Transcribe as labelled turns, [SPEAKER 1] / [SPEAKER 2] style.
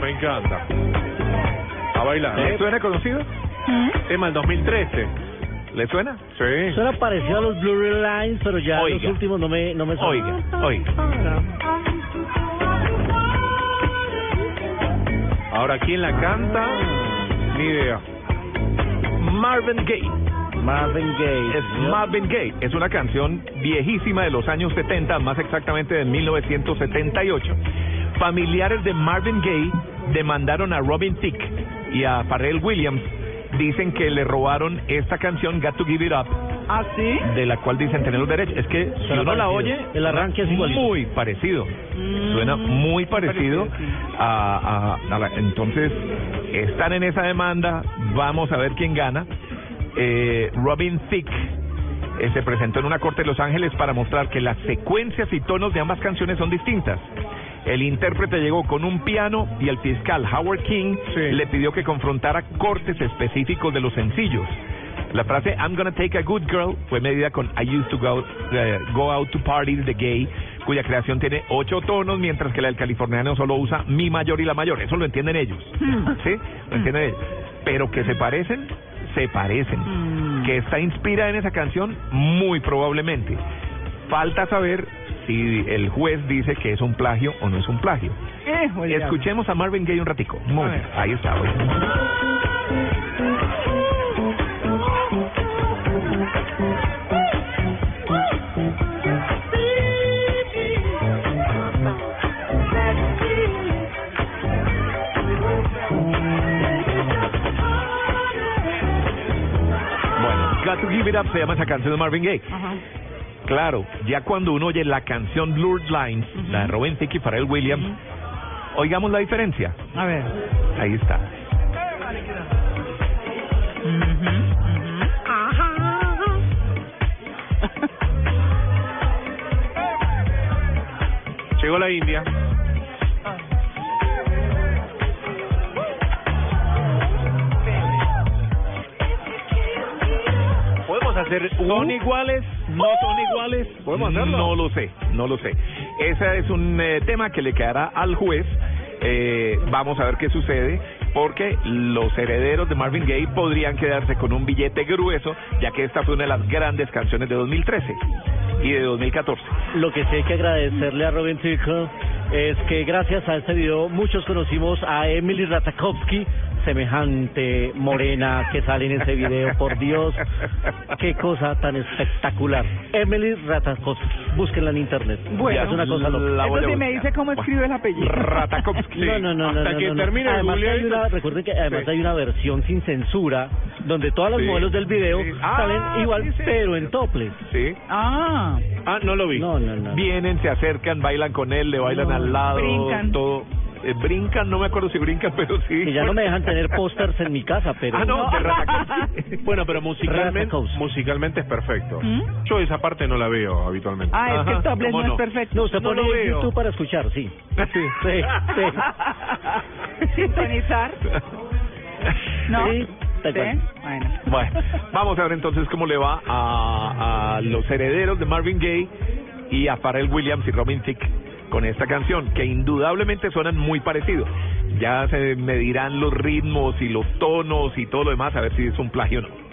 [SPEAKER 1] Me encanta. A bailar.
[SPEAKER 2] ¿Le
[SPEAKER 1] ¿eh?
[SPEAKER 2] suena conocido?
[SPEAKER 1] Tema del 2013.
[SPEAKER 2] ¿Le suena?
[SPEAKER 1] Sí.
[SPEAKER 3] Suena parecido a los Blue Lines, pero ya
[SPEAKER 1] Oiga.
[SPEAKER 3] los últimos no me, no me suenan.
[SPEAKER 1] Oiga, oiga. Ahora, ¿quién la canta? Ni idea. Marvin Gaye.
[SPEAKER 3] Marvin Gaye.
[SPEAKER 2] Es
[SPEAKER 3] ¿no?
[SPEAKER 2] Marvin Gaye. Es una canción viejísima de los años 70, más exactamente de 1978. Familiares de Marvin Gaye demandaron a Robin Thicke y a Pharrell Williams. Dicen que le robaron esta canción, Got to Give It Up,
[SPEAKER 4] ¿Ah, sí?
[SPEAKER 2] de la cual dicen tener los derechos. Es que si
[SPEAKER 3] Suena
[SPEAKER 2] uno la
[SPEAKER 3] parecido.
[SPEAKER 2] oye,
[SPEAKER 3] El arranque es igualito. Mm.
[SPEAKER 2] muy parecido. Suena muy parecido a, a- a la- entonces están en esa demanda, vamos a ver quién gana. Eh, Robin Thicke eh, se presentó en una corte de Los Ángeles para mostrar que las secuencias y tonos de ambas canciones son distintas. El intérprete llegó con un piano y el fiscal Howard King
[SPEAKER 1] Sí.
[SPEAKER 2] le pidió que confrontara cortes específicos de los sencillos. La frase I'm gonna take a good girl fue medida con I used to go, eh, go out to parties the gay, cuya creación tiene ocho tonos, mientras que la del californiano solo usa mi mayor y la mayor. Eso lo entienden ellos. ¿Sí? Lo entienden ellos. Pero que se parecen, se
[SPEAKER 3] Hmm.
[SPEAKER 2] parecen. Que está inspirada en esa canción, muy probablemente. Falta saber si el juez dice que es un plagio o no es un plagio.
[SPEAKER 4] Hijo de
[SPEAKER 2] Escuchemos a Marvin Gaye un ratico. Un momento. Ahí está. güey. Bueno, Got to Give It Up se llama esa canción de Marvin Gaye.
[SPEAKER 4] Ajá.
[SPEAKER 2] Claro, ya cuando uno oye la canción Blurred Lines, la de Robin Thicke y Pharrell Williams, oigamos la diferencia.
[SPEAKER 4] A ver.
[SPEAKER 2] Ahí está.
[SPEAKER 1] Llegó la India. Podemos hacer
[SPEAKER 3] Uh.
[SPEAKER 2] ¿Son
[SPEAKER 1] iguales, no son iguales. Podemos hacerlo.
[SPEAKER 2] No lo sé, no lo sé. Ese es un eh, tema que le quedará al juez. Eh, vamos a ver qué sucede, porque los herederos de Marvin Gaye podrían quedarse con un billete grueso, ya que esta fue una de las grandes canciones de 2013 y de 2014.
[SPEAKER 3] Lo que sí hay que agradecerle a Robin Thicke es que gracias a este video muchos conocimos a Emily Ratajkowski, semejante morena que sale en ese video. Por Dios, qué cosa tan espectacular. Emily Ratajkowski, búsquenla en internet.
[SPEAKER 4] Bueno,
[SPEAKER 3] es una cosa loca.
[SPEAKER 2] La voy a
[SPEAKER 4] Eso sí me
[SPEAKER 2] buscar.
[SPEAKER 4] dice cómo escribe el apellido.
[SPEAKER 2] Ratakovsky.
[SPEAKER 3] No, no, no, no,
[SPEAKER 1] hasta
[SPEAKER 3] no,
[SPEAKER 1] que
[SPEAKER 3] no, no.
[SPEAKER 1] termine de
[SPEAKER 3] Además,
[SPEAKER 1] googlear
[SPEAKER 3] hay una-
[SPEAKER 1] eso.
[SPEAKER 3] recuerden que además
[SPEAKER 1] Sí.
[SPEAKER 3] hay una versión sin censura donde todas las
[SPEAKER 1] Sí.
[SPEAKER 3] modelos del video
[SPEAKER 2] Sí. Ah,
[SPEAKER 3] salen igual,
[SPEAKER 2] sí, sí.
[SPEAKER 3] pero en toples.
[SPEAKER 2] Sí.
[SPEAKER 4] Ah,
[SPEAKER 1] Ah, no lo vi.
[SPEAKER 3] No, no, no.
[SPEAKER 2] Vienen, se acercan, bailan con él, le bailan
[SPEAKER 4] No,
[SPEAKER 2] al lado,
[SPEAKER 4] brincan.
[SPEAKER 2] todo. Eh, brincan, no me acuerdo si brincan, pero sí.
[SPEAKER 3] Que ya no me dejan tener pósters en mi casa, pero.
[SPEAKER 2] Ah, no, de Ratakovsky.
[SPEAKER 1] Bueno, pero musicalmente,
[SPEAKER 3] Ratajkowski.
[SPEAKER 1] musicalmente es perfecto.
[SPEAKER 4] ¿Mm?
[SPEAKER 1] Yo esa parte no la veo habitualmente.
[SPEAKER 4] ah es que el
[SPEAKER 2] Ajá,
[SPEAKER 4] tablet
[SPEAKER 2] ¿cómo
[SPEAKER 4] no,
[SPEAKER 2] no?
[SPEAKER 4] es perfecto.
[SPEAKER 3] No, usted
[SPEAKER 1] No
[SPEAKER 3] pone
[SPEAKER 1] lo
[SPEAKER 3] en
[SPEAKER 1] veo.
[SPEAKER 3] YouTube para escuchar, sí.
[SPEAKER 2] Sí.
[SPEAKER 3] Sí, sí.
[SPEAKER 4] Sintonizar. No.
[SPEAKER 3] Sí, tal cual.
[SPEAKER 4] ¿Sí? Bueno.
[SPEAKER 2] Bueno, vamos a ver entonces cómo le va a, a los herederos de Marvin Gaye y a Pharrell Williams y Robin Thicke con esta canción, que indudablemente suenan muy parecido. Ya se medirán los ritmos y los tonos y todo lo demás, a ver si es un plagio o no.